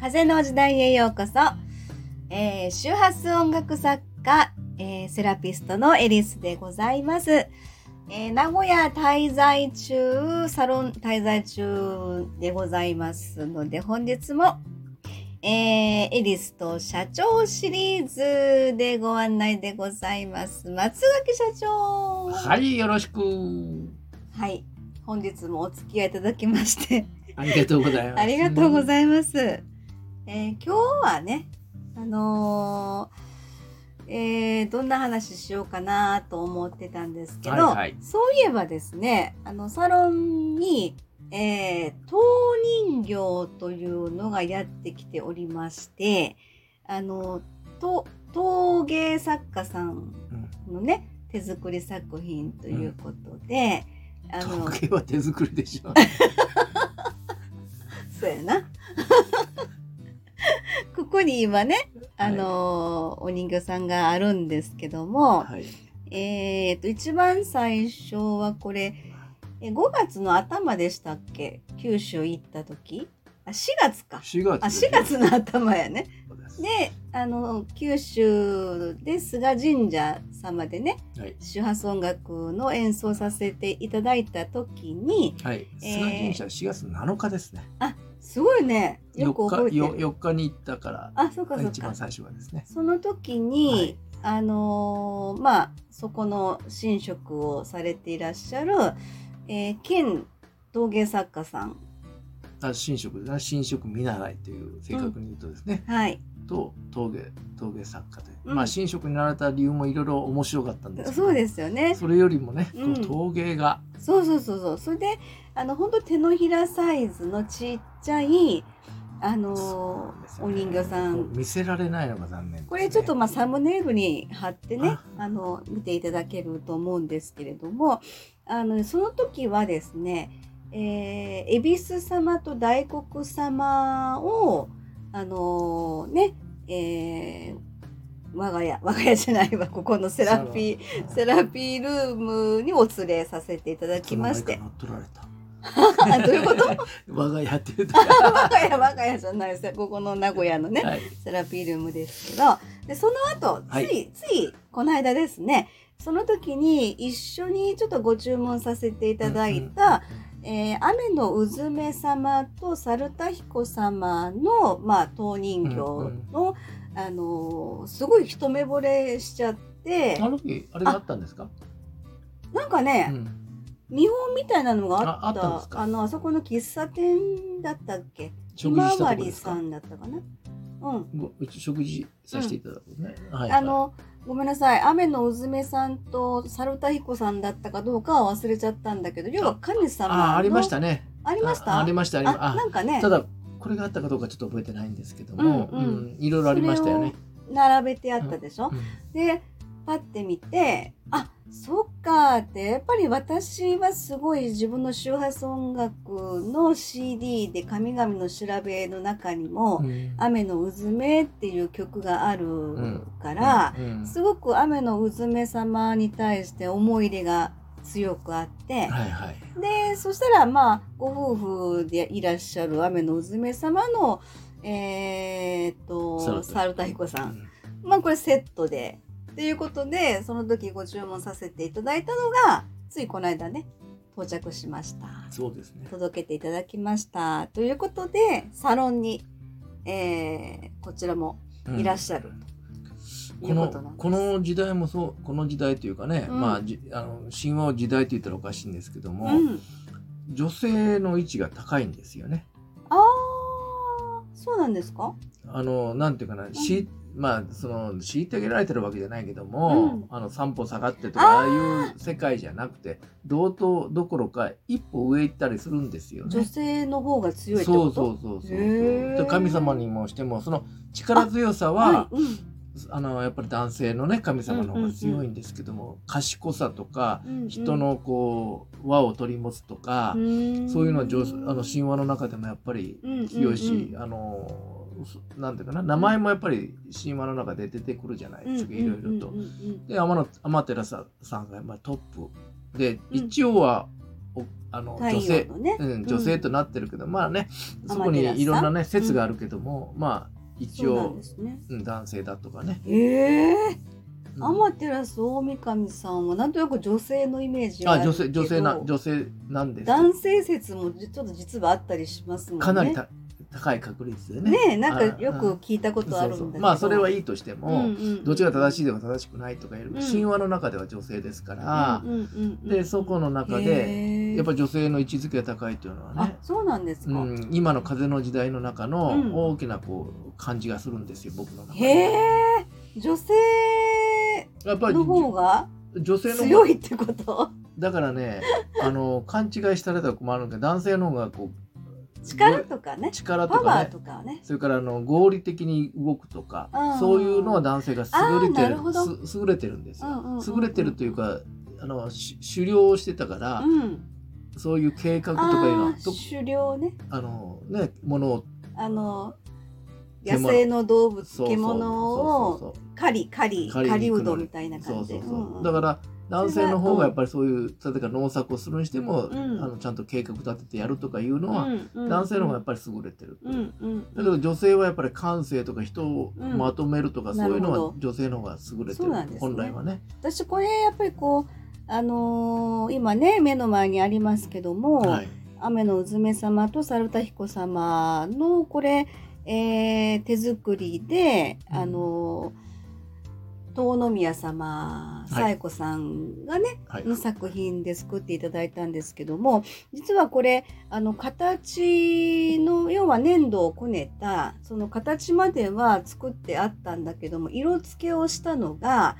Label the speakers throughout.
Speaker 1: 風の時代へようこそ、えー周波数音楽作家、えーセラピストのエリスでございます、えー名古屋滞在中サロン滞在中でございますので本日も、えーエリスと社長シリーズでご案内でございます松垣社長
Speaker 2: はい、よろしく。
Speaker 1: はい、本日もお付き合いいただきまして
Speaker 2: ありがとうございます。
Speaker 1: ありがとうご
Speaker 2: い
Speaker 1: ざいます。えー今日はね、あのーえーどんな話しようかなと思ってたんですけど、
Speaker 2: はいはい
Speaker 1: そういえばですね、あのサロンに、えー、陶人形というのがやってきておりまして、あのと陶芸作家さんのね、手作り作品ということで、あの
Speaker 2: 時計は手作りでしょ。
Speaker 1: そうやな。 ここに今ね、あのーお人形さんがあるんですけども、
Speaker 2: はい。
Speaker 1: えー、と、一番最初はこれ、え5月の頭でしたっけ九州行った時あ、4月か。
Speaker 2: 四月。
Speaker 1: あ、4月の頭やね。
Speaker 2: です。
Speaker 1: で、あの、九州で菅神社様でね、
Speaker 2: はい。
Speaker 1: 周波数音楽の演奏させていただいた時に、
Speaker 2: はい。
Speaker 1: えー
Speaker 2: 菅神社四月七日ですね。
Speaker 1: すごいね、よく
Speaker 2: 四
Speaker 1: 覚え
Speaker 2: 日
Speaker 1: て
Speaker 2: よ
Speaker 1: る。
Speaker 2: 四日に行ったから
Speaker 1: あ、そうかそう
Speaker 2: 一
Speaker 1: か
Speaker 2: 番。最初はですね。
Speaker 1: その時に、あのーまあそこの神職をされていらっしゃる、えー県陶芸作家さん、
Speaker 2: あ、神職ですね。神職見習いという正確に言うとですね。
Speaker 1: はい、
Speaker 2: と陶芸陶芸作家という。
Speaker 1: うん
Speaker 2: まあ神職になられた理由もいろいろ面白かったんですけど。
Speaker 1: そうですよね。
Speaker 2: それよりもね、
Speaker 1: うん
Speaker 2: こう陶芸が
Speaker 1: そうそうそうそう。それであの本当手のひらサイズのちっちゃいあ
Speaker 2: そう
Speaker 1: の
Speaker 2: なんで
Speaker 1: ー
Speaker 2: すよ
Speaker 1: お
Speaker 2: ね
Speaker 1: 人形さ。
Speaker 2: こうん見せられないのが残念ですね。
Speaker 1: これちょっとまあサムネイルに貼ってね
Speaker 2: あ、
Speaker 1: あの見ていただけると思うんですけれども、あのその時はですね、えー、恵比寿様と大黒様をあのーね、えー我が家 我が家じゃないわここのセラピーセラピールームにお連れさせていただきまして
Speaker 2: 乗っ取られた。
Speaker 1: あ どういうこと
Speaker 2: 我が家って言うと。
Speaker 1: 我が家我が家じゃないですよここの名古屋のね
Speaker 2: はい。
Speaker 1: セラピールームですけど、で、その後、つい、
Speaker 2: はい
Speaker 1: つい、この間ですね、その時に一緒にちょっとご注文させていただいた、えー雨のうずめ様と猿田彦様の、まあ、当人形の、あのーすごい一目惚れしちゃって
Speaker 2: あ、の時あれがあったんですか。
Speaker 1: なんか
Speaker 2: う
Speaker 1: ね、
Speaker 2: ん。
Speaker 1: 見本みたいなのがあった、
Speaker 2: ああったん
Speaker 1: あ
Speaker 2: ですか
Speaker 1: の、あそこの喫茶店だったっけひ
Speaker 2: 食
Speaker 1: ま
Speaker 2: 事した
Speaker 1: わ
Speaker 2: とこ
Speaker 1: り
Speaker 2: です
Speaker 1: さ
Speaker 2: か。
Speaker 1: んだったかなうん。
Speaker 2: ご食事させていただくね。はいはい。
Speaker 1: あのごめんなさい雨のうずめさんと猿田彦さんだったかどうかは忘れちゃったんだけど要は神様の
Speaker 2: あありましたね。
Speaker 1: ありました
Speaker 2: あありましたありま
Speaker 1: あなんか
Speaker 2: あ
Speaker 1: ね
Speaker 2: ただこれがあったかどうかちょっと覚えてないんですけども、
Speaker 1: うんうん
Speaker 2: んいろいろありましたよね。
Speaker 1: 並べてあったでしょ、
Speaker 2: うん
Speaker 1: でパッて見てあそっかーってやっぱり私はすごい自分の周波数音楽の CD で神々の調べの中にも
Speaker 2: う
Speaker 1: 「
Speaker 2: ん
Speaker 1: 雨のうずめ」っていう曲があるから、
Speaker 2: うん
Speaker 1: すごく雨のうずめ様に対して思い入れが強くあって、
Speaker 2: はいはい。
Speaker 1: で、そしたらまあ、ご夫婦でいらっしゃる雨のうずめ様の、えーっと、猿田彦さん。まあ、これセットで。っていうことで、その時ご注文させていただいたのが、ついこの間ね、到着しました。
Speaker 2: そうですね。
Speaker 1: 届けていただきました。ということで、サロンに、えーこちらも
Speaker 2: うん
Speaker 1: いらっしゃるとい
Speaker 2: こ
Speaker 1: うこ
Speaker 2: の
Speaker 1: となんです。
Speaker 2: この時代もそうこの時代というかね、
Speaker 1: うん
Speaker 2: まあじあの神話を時代と言ったらおかしいんですけども、
Speaker 1: うん
Speaker 2: 女性の位置が高いんですよね。
Speaker 1: ああ、そうなんですか。
Speaker 2: あのなんていうかな、しまあその虐げられてるわけじゃないけども、あの三歩下がってとかあ
Speaker 1: あ
Speaker 2: あ
Speaker 1: ー
Speaker 2: いう世界じゃなくて同等どころか一歩上行ったりするんですよ
Speaker 1: 女
Speaker 2: ね。
Speaker 1: 性の方が強いって
Speaker 2: そ
Speaker 1: こ
Speaker 2: う
Speaker 1: と。
Speaker 2: そうそうそうそう
Speaker 1: へー
Speaker 2: で神様にもしてもその力強さ
Speaker 1: は
Speaker 2: は
Speaker 1: い、うん
Speaker 2: あのやっぱり男性のね神様の方が強いんですけども、賢さとか
Speaker 1: うんうん
Speaker 2: 人のこう和を取り持つとか、そういうのは上手あの神話の中でもやっぱり強いし、
Speaker 1: うんうんう
Speaker 2: あのそなんていうかな名前もやっぱり神話の中で出てくるじゃないですか、いろいろと。
Speaker 1: うんうんうんうん
Speaker 2: で天の天照さんがまあトップで
Speaker 1: うん
Speaker 2: 一応はおあの
Speaker 1: 太
Speaker 2: 女
Speaker 1: 陽
Speaker 2: 性、
Speaker 1: のね。
Speaker 2: うん、女性となってるけど、まあねそこ
Speaker 1: アマテラスさん
Speaker 2: にいろんなね説があるけども、まあ一
Speaker 1: そうなん
Speaker 2: 応
Speaker 1: ですね。
Speaker 2: うん男性だとかね、
Speaker 1: ええ
Speaker 2: うん
Speaker 1: アマテラス大神さんはなんとなく女性のイメージが
Speaker 2: あ
Speaker 1: るけど
Speaker 2: 女性女性な女性なんです
Speaker 1: 男性説もじちょっと実はあったりしますもんね。
Speaker 2: かなりた、高い確率でね
Speaker 1: ねえなんかよく
Speaker 2: あ
Speaker 1: 聞いたことあるんだけど
Speaker 2: そうそうまあそれはいいとして
Speaker 1: うん
Speaker 2: も、
Speaker 1: うん
Speaker 2: どっちが正しいでも正しくないとかいう
Speaker 1: うん
Speaker 2: 神話の中では女性ですから
Speaker 1: う、んうんうんうん
Speaker 2: でそこの中で
Speaker 1: へえ
Speaker 2: やっぱ女性の位置づけが高いというのは
Speaker 1: あ
Speaker 2: ね、
Speaker 1: そうなんです
Speaker 2: う
Speaker 1: か。
Speaker 2: ん、今の風の時代の中
Speaker 1: うん
Speaker 2: の大きなこう感じがするんですよ僕の中
Speaker 1: へ
Speaker 2: で。
Speaker 1: え女性
Speaker 2: やっぱり
Speaker 1: の方が
Speaker 2: 女性の方
Speaker 1: 強いってこと。
Speaker 2: だからねあの勘違いしたらと困るんで男性の方がこう
Speaker 1: 力とかね、
Speaker 2: 力
Speaker 1: パ
Speaker 2: と
Speaker 1: ワ
Speaker 2: か
Speaker 1: ー
Speaker 2: ね
Speaker 1: とかね。
Speaker 2: それからあの合理的に動くとか
Speaker 1: うん
Speaker 2: そういうのは男性が優れ
Speaker 1: あーな
Speaker 2: て
Speaker 1: る
Speaker 2: る
Speaker 1: ほど
Speaker 2: す優れてるんです
Speaker 1: うんうんうん
Speaker 2: よ
Speaker 1: うん
Speaker 2: 優れてるというかあのし狩猟をしてたから
Speaker 1: うん。
Speaker 2: そういう計画とかいうの
Speaker 1: あ
Speaker 2: は
Speaker 1: あ
Speaker 2: と
Speaker 1: 狩猟ね。
Speaker 2: あのねものを
Speaker 1: あの野
Speaker 2: 獣
Speaker 1: 生の動物
Speaker 2: そうそう
Speaker 1: 獣を
Speaker 2: そうそう
Speaker 1: 狩り狩り
Speaker 2: 狩りに
Speaker 1: 狩
Speaker 2: 行
Speaker 1: う
Speaker 2: くの
Speaker 1: ど
Speaker 2: に
Speaker 1: みたいな
Speaker 2: そ
Speaker 1: 感
Speaker 2: う
Speaker 1: じ
Speaker 2: そ
Speaker 1: で
Speaker 2: うそう、
Speaker 1: うん
Speaker 2: だから男性の方
Speaker 1: うん
Speaker 2: がやっぱりそういう例えば農作をするにしても、
Speaker 1: うん
Speaker 2: あのちゃんと計画立ててやるとかいうのは、
Speaker 1: うんうん
Speaker 2: 男性の方がやっぱり優れてる、
Speaker 1: うんうん
Speaker 2: だけど女性はやっぱり感性とか人を
Speaker 1: うん
Speaker 2: まとめるとか、
Speaker 1: な
Speaker 2: そ
Speaker 1: る
Speaker 2: う
Speaker 1: ほ
Speaker 2: いう
Speaker 1: ど
Speaker 2: のは女性の方が優れて
Speaker 1: そう
Speaker 2: る、
Speaker 1: なんですね
Speaker 2: 本来はね。
Speaker 1: 私これやっぱりこうあのー今ね目の前にありますけども、
Speaker 2: はい、
Speaker 1: 雨のうずめ様と猿田彦様のこれ、えー手作りで、
Speaker 2: うん
Speaker 1: あのー遠宮様
Speaker 2: は
Speaker 1: 冴子さんがね、
Speaker 2: はい
Speaker 1: の作品で作っていただいたんですけども実はこれあの形の要は粘土をこねたその形までは作ってあったんだけども色付けをしたのが、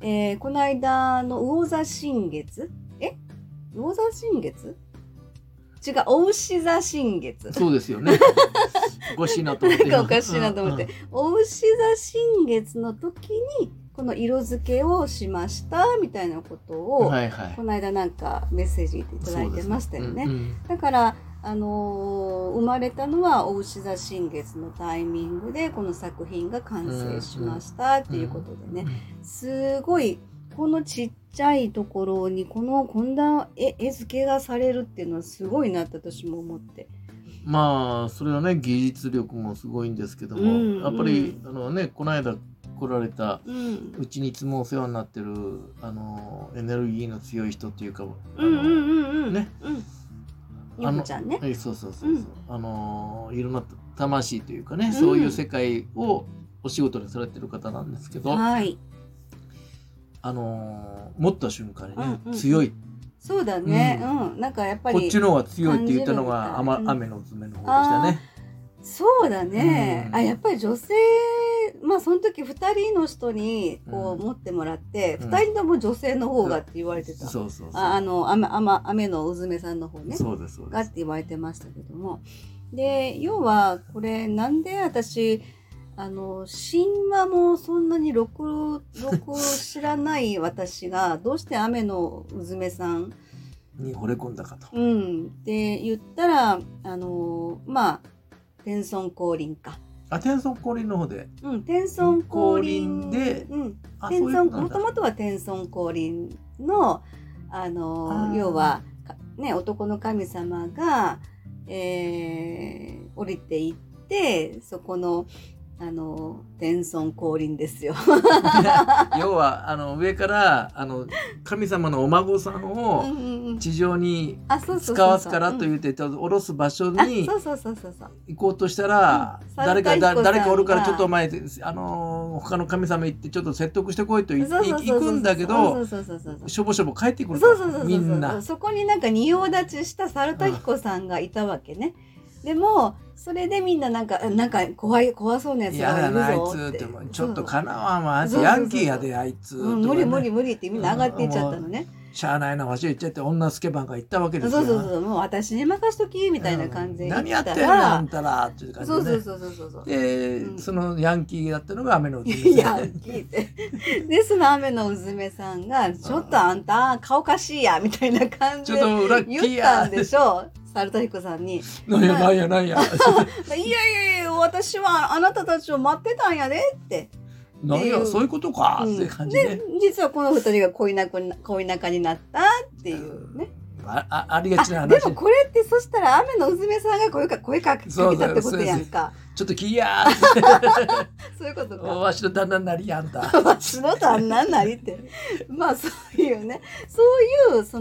Speaker 1: えーこの間の魚座新月え魚座新月違うお牛座新月
Speaker 2: そうです よね。おかしいなと思って。
Speaker 1: なんかおかしいなと思ってお牛座新月の時にこの色付けをしましたみたいなこと
Speaker 2: うん。
Speaker 1: を、
Speaker 2: はいはい
Speaker 1: こ。の間なんかメッセージいただいてましたよね。
Speaker 2: そうですうん
Speaker 1: だから、あのー生まれたのはお牛座新月のタイミングでこの作品が完成しましたっていうことでね、すごいこのちっちゃいところにこのこんな絵絵付けがされるっていうのはすごいなって私も思って。
Speaker 2: うんまあそれはね技術力もすごいんですけども、
Speaker 1: うん
Speaker 2: やっぱりあのねこの間来られた
Speaker 1: うん
Speaker 2: うちにいつもお世話になってるあのエネルギーの強い人っていうか、あ
Speaker 1: う
Speaker 2: の
Speaker 1: んうんうんうん。
Speaker 2: ね
Speaker 1: うん。
Speaker 2: あ
Speaker 1: ゆ
Speaker 2: の
Speaker 1: こちゃんね。
Speaker 2: はい、そうそうそうそう、
Speaker 1: うん
Speaker 2: あのーいろんな魂というかね、
Speaker 1: ん
Speaker 2: そういう世界をお仕事にされてる方なんですけど、
Speaker 1: はい。
Speaker 2: あのー持った瞬間にね、
Speaker 1: うんうん
Speaker 2: 強い
Speaker 1: そうだね。う。
Speaker 2: うん
Speaker 1: なんかやっぱ
Speaker 2: こ
Speaker 1: り
Speaker 2: っちの方が強いって言ったのが
Speaker 1: 感じるみたい
Speaker 2: 雨,、
Speaker 1: うん
Speaker 2: 雨のうずめの方でしたね。
Speaker 1: そうだね、
Speaker 2: うん
Speaker 1: あやっぱり女性まあその時2人の人にこう
Speaker 2: うん
Speaker 1: 持ってもらって、
Speaker 2: うん
Speaker 1: 2人とも女性の方がって言われてた、
Speaker 2: そうそうそう。
Speaker 1: ああの雨雨雨のうずめさんの方ね
Speaker 2: そうですそう
Speaker 1: が
Speaker 2: で
Speaker 1: っ
Speaker 2: す
Speaker 1: て。言われてましたけどもで要はこれなんで私あの神話もそんなにろくろく知らない私がどうして雨のうずめさん
Speaker 2: に惚れ込んだかと。
Speaker 1: うんって言ったらあのまあ天孫降臨か。
Speaker 2: アテンソン降臨の方で、
Speaker 1: うん、天孫降臨
Speaker 2: 降臨で
Speaker 1: うん、
Speaker 2: あ
Speaker 1: 天
Speaker 2: そういう
Speaker 1: 孫
Speaker 2: ことなん
Speaker 1: も
Speaker 2: だ
Speaker 1: ともとは天孫降臨のあの
Speaker 2: あー
Speaker 1: 要はかね男の神様が、えー降りていってそこのあの天孫降臨ですよ。
Speaker 2: 要はあの上からあの神様のお孫さん
Speaker 1: う
Speaker 2: を
Speaker 1: んうんうん
Speaker 2: 地上に
Speaker 1: あそうそうそうそう
Speaker 2: 使わすからと
Speaker 1: うん
Speaker 2: 言って、ちょっと下ろす場所
Speaker 1: あ
Speaker 2: に
Speaker 1: そうそうそうそうそう
Speaker 2: 行こうとしたら、
Speaker 1: うん
Speaker 2: 誰か
Speaker 1: サ
Speaker 2: だ
Speaker 1: ルタイコさんが
Speaker 2: 誰かおるからちょっとお前あのー他の神様行ってちょっと説得してこいと言って
Speaker 1: そうそうそうそう
Speaker 2: 行くんだけ
Speaker 1: そ
Speaker 2: ど
Speaker 1: うそうそうそうそう
Speaker 2: しょぼしょぼ帰ってくると
Speaker 1: そうそうそうそう
Speaker 2: みんな
Speaker 1: そこになんか仁王立ちした猿田彦さんがいたわけねでもそれでみんななんかあなんか怖い怖そうなやつ
Speaker 2: 嫌
Speaker 1: が
Speaker 2: だ
Speaker 1: い
Speaker 2: なあい
Speaker 1: るぞ
Speaker 2: つ
Speaker 1: っ
Speaker 2: っててもちょっと
Speaker 1: か
Speaker 2: かなわんわあいつ
Speaker 1: そうそうそう
Speaker 2: ヤンキーやであいつとかね
Speaker 1: 無理無理無理ってみんな上がっていっちゃったのね、
Speaker 2: しゃあないなわしは行っちゃって女スケバンが行ったわけですよ
Speaker 1: そうそうそうもう私に任しときみたいな感じで
Speaker 2: うん
Speaker 1: 言
Speaker 2: 何や
Speaker 1: っ
Speaker 2: って
Speaker 1: た
Speaker 2: んのあ
Speaker 1: ら
Speaker 2: んたらっていう感じ
Speaker 1: そ
Speaker 2: で
Speaker 1: う
Speaker 2: ね
Speaker 1: そうそうそうそうそう
Speaker 2: で、
Speaker 1: うん
Speaker 2: そのヤンキーだったのが雨のうち
Speaker 1: い
Speaker 2: で
Speaker 1: や聞いてでその雨のうずめさんが「ちょっとあんた顔かしいや」みたいな感じ
Speaker 2: ちょっ
Speaker 1: で
Speaker 2: とラッキ
Speaker 1: 言
Speaker 2: ー
Speaker 1: った
Speaker 2: や
Speaker 1: んでしょ猿田彦さんに。
Speaker 2: なんや なんやな んや
Speaker 1: まあいやいやいや私はあなたたちを待ってたんやでって、
Speaker 2: なんやそういうことかっていう感じで、
Speaker 1: で実はこの二人が恋仲に恋仲になったっていうね
Speaker 2: ああありが
Speaker 1: あ
Speaker 2: ちな
Speaker 1: で
Speaker 2: 話
Speaker 1: もこれってそしたら雨のうずめさんが声か声かけ
Speaker 2: そうそう
Speaker 1: たってことやんか
Speaker 2: ちょっと聞いやーって
Speaker 1: そういうことか
Speaker 2: わしの旦那になりやあん た
Speaker 1: わしの旦那なりって まあそういうねそういうそ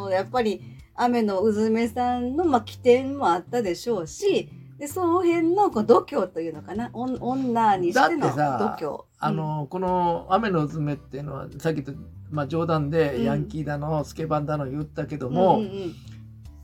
Speaker 1: のやっぱり雨のうずめさんの、まあ、起点もあったでしょうしでその辺のこう度胸というのかなおん女にしての
Speaker 2: だってさ
Speaker 1: 度胸
Speaker 2: あのこの「雨のうずめ」っていうのはさっきと、まあ、冗談
Speaker 1: う
Speaker 2: で
Speaker 1: ん
Speaker 2: ヤンキーだの、スケバンだの言ったけど
Speaker 1: うん
Speaker 2: も、
Speaker 1: うんうんうん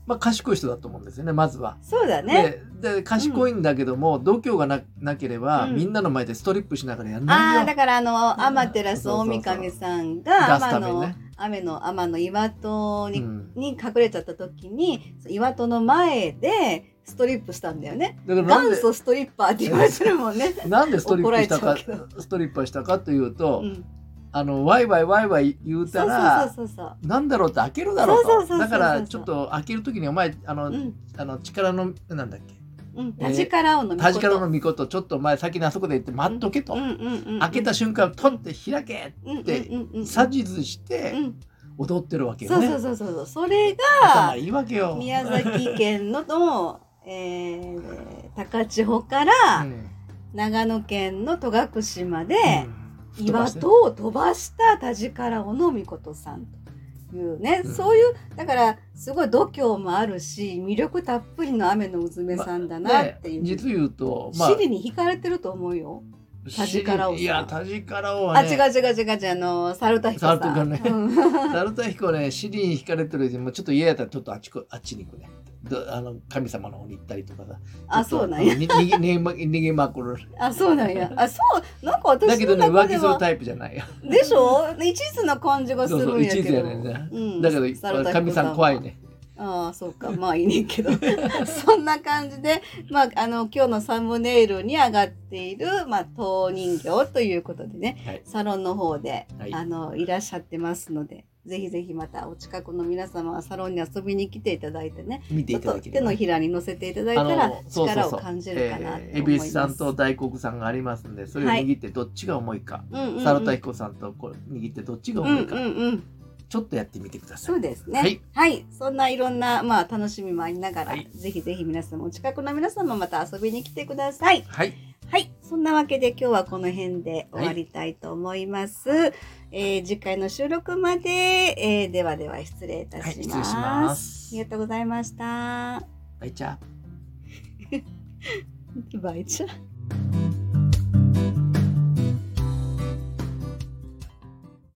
Speaker 2: まあ、賢い人だと思うんですよねまずは。
Speaker 1: そうだね
Speaker 2: でで賢いんだけども、度胸がななければ、
Speaker 1: うん
Speaker 2: みんなの前でストリップしながらやん
Speaker 1: あ
Speaker 2: な
Speaker 1: あ
Speaker 2: い
Speaker 1: だ
Speaker 2: よ。
Speaker 1: からあの
Speaker 2: うん
Speaker 1: 天照大神さんが
Speaker 2: 出
Speaker 1: 天
Speaker 2: すために
Speaker 1: の
Speaker 2: ね。
Speaker 1: 雨の天の岩戸
Speaker 2: う
Speaker 1: に,、
Speaker 2: ん
Speaker 1: に隠れちゃった時にその岩戸の前でストリップしたんだよね。
Speaker 2: だからなん
Speaker 1: 元
Speaker 2: で
Speaker 1: 祖ストリッパーって言われてるもん ね。
Speaker 2: なんでストリップした
Speaker 1: 怒ら
Speaker 2: か
Speaker 1: れちゃう
Speaker 2: ストリップしたかというと、
Speaker 1: うん
Speaker 2: あのワイワイワイワイ言う
Speaker 1: そ
Speaker 2: た
Speaker 1: う
Speaker 2: ら
Speaker 1: そうそうそう
Speaker 2: なんだろうって開けるだろう
Speaker 1: そうそうそうそ
Speaker 2: と
Speaker 1: う
Speaker 2: だからちょっと開ける時にお前あの、
Speaker 1: そう。うん
Speaker 2: あの力のなんだっけ
Speaker 1: うん。
Speaker 2: えー
Speaker 1: タジカラオの
Speaker 2: タジカラの御事ちょっと前先にあそこで言って待っとけと、
Speaker 1: うんうんうんうん
Speaker 2: 開けた瞬間トンって開け
Speaker 1: うんうん
Speaker 2: て
Speaker 1: うんうん
Speaker 2: 指図して
Speaker 1: うん
Speaker 2: 踊ってるわけ
Speaker 1: そ
Speaker 2: よ
Speaker 1: う
Speaker 2: ね、
Speaker 1: そうそうそうそれ
Speaker 2: 頭
Speaker 1: が
Speaker 2: いいわけよ
Speaker 1: 宮崎県のと、えー、高千穂か
Speaker 2: う
Speaker 1: ら
Speaker 2: ん
Speaker 1: 長野県の戸隠まで、
Speaker 2: うん
Speaker 1: 岩戸を飛ばした田力尾のみことさんというね、
Speaker 2: うん
Speaker 1: そういうだからすごい度胸もあるし魅力たっぷりの雨のうずめさんだなっていう、
Speaker 2: ね実言うと
Speaker 1: 尻に惹かれてると思うよ。タジカラオさん
Speaker 2: いやタジカラオ
Speaker 1: あ
Speaker 2: は
Speaker 1: 違
Speaker 2: ね
Speaker 1: う違う違う違うあのサルタヒコさん。
Speaker 2: サルタヒコね
Speaker 1: うん
Speaker 2: ダルタヒコねシリに惹かれてるよりもちょっと嫌やったらちょっとあっちこあっちに行くねどあの神様の方に行ったりとかさ
Speaker 1: あ
Speaker 2: ちょ
Speaker 1: そ
Speaker 2: っ
Speaker 1: う
Speaker 2: と
Speaker 1: なんや。
Speaker 2: に逃げ逃げま逃げまくる
Speaker 1: あそうなんや。あそうなんか私の
Speaker 2: だけどね浮
Speaker 1: 中
Speaker 2: 気
Speaker 1: です
Speaker 2: る
Speaker 1: は
Speaker 2: タイプじゃないよ
Speaker 1: でしょ一途な感じがす
Speaker 2: そうそ
Speaker 1: る
Speaker 2: うん
Speaker 1: やけ
Speaker 2: 一
Speaker 1: ど。
Speaker 2: 途やねんな
Speaker 1: うん
Speaker 2: だけど神さん怖い。
Speaker 1: 猿田彦は
Speaker 2: ね
Speaker 1: ああそうかまあいいねんけど そんな感じで、まあ、あの今日のサムネイルに上がっている、まあ、陶人形ということでね、
Speaker 2: はい
Speaker 1: サロンの方で、、
Speaker 2: はいい
Speaker 1: あのいらっしゃってますのでぜひぜひまたお近くの皆様はサロンに遊びに来ていただいてね
Speaker 2: 見
Speaker 1: ちょ
Speaker 2: てい
Speaker 1: ったと
Speaker 2: だけれ
Speaker 1: 手
Speaker 2: ば
Speaker 1: のひらに乗せていただいたら
Speaker 2: そうそう
Speaker 1: 力を
Speaker 2: そう
Speaker 1: 感じるかなと思います。
Speaker 2: えー、蛭子さんと大黒さんがありますんでそれを握ってどっちが重いか、
Speaker 1: うんうんうん
Speaker 2: サロタヒコさんとこう握ってどっちが
Speaker 1: うん
Speaker 2: 重
Speaker 1: う
Speaker 2: い
Speaker 1: ん
Speaker 2: か、
Speaker 1: うん、
Speaker 2: ちょっとやってみてくださ
Speaker 1: そ
Speaker 2: いう
Speaker 1: ですね。は
Speaker 2: はいい、
Speaker 1: そんないろんな、まあ、楽しみもありながら、
Speaker 2: はい
Speaker 1: ぜひぜひ皆様、お近くの皆様、また遊びに来てください。
Speaker 2: はい
Speaker 1: はい。そんなわけで今日はこの辺で終わりたいと思います。えー次回の収録まで、えーではでは失礼いたし
Speaker 2: は
Speaker 1: ま
Speaker 2: い
Speaker 1: す。
Speaker 2: 失礼します
Speaker 1: ありがとうございました。
Speaker 2: はいじゃあ
Speaker 1: バイチャ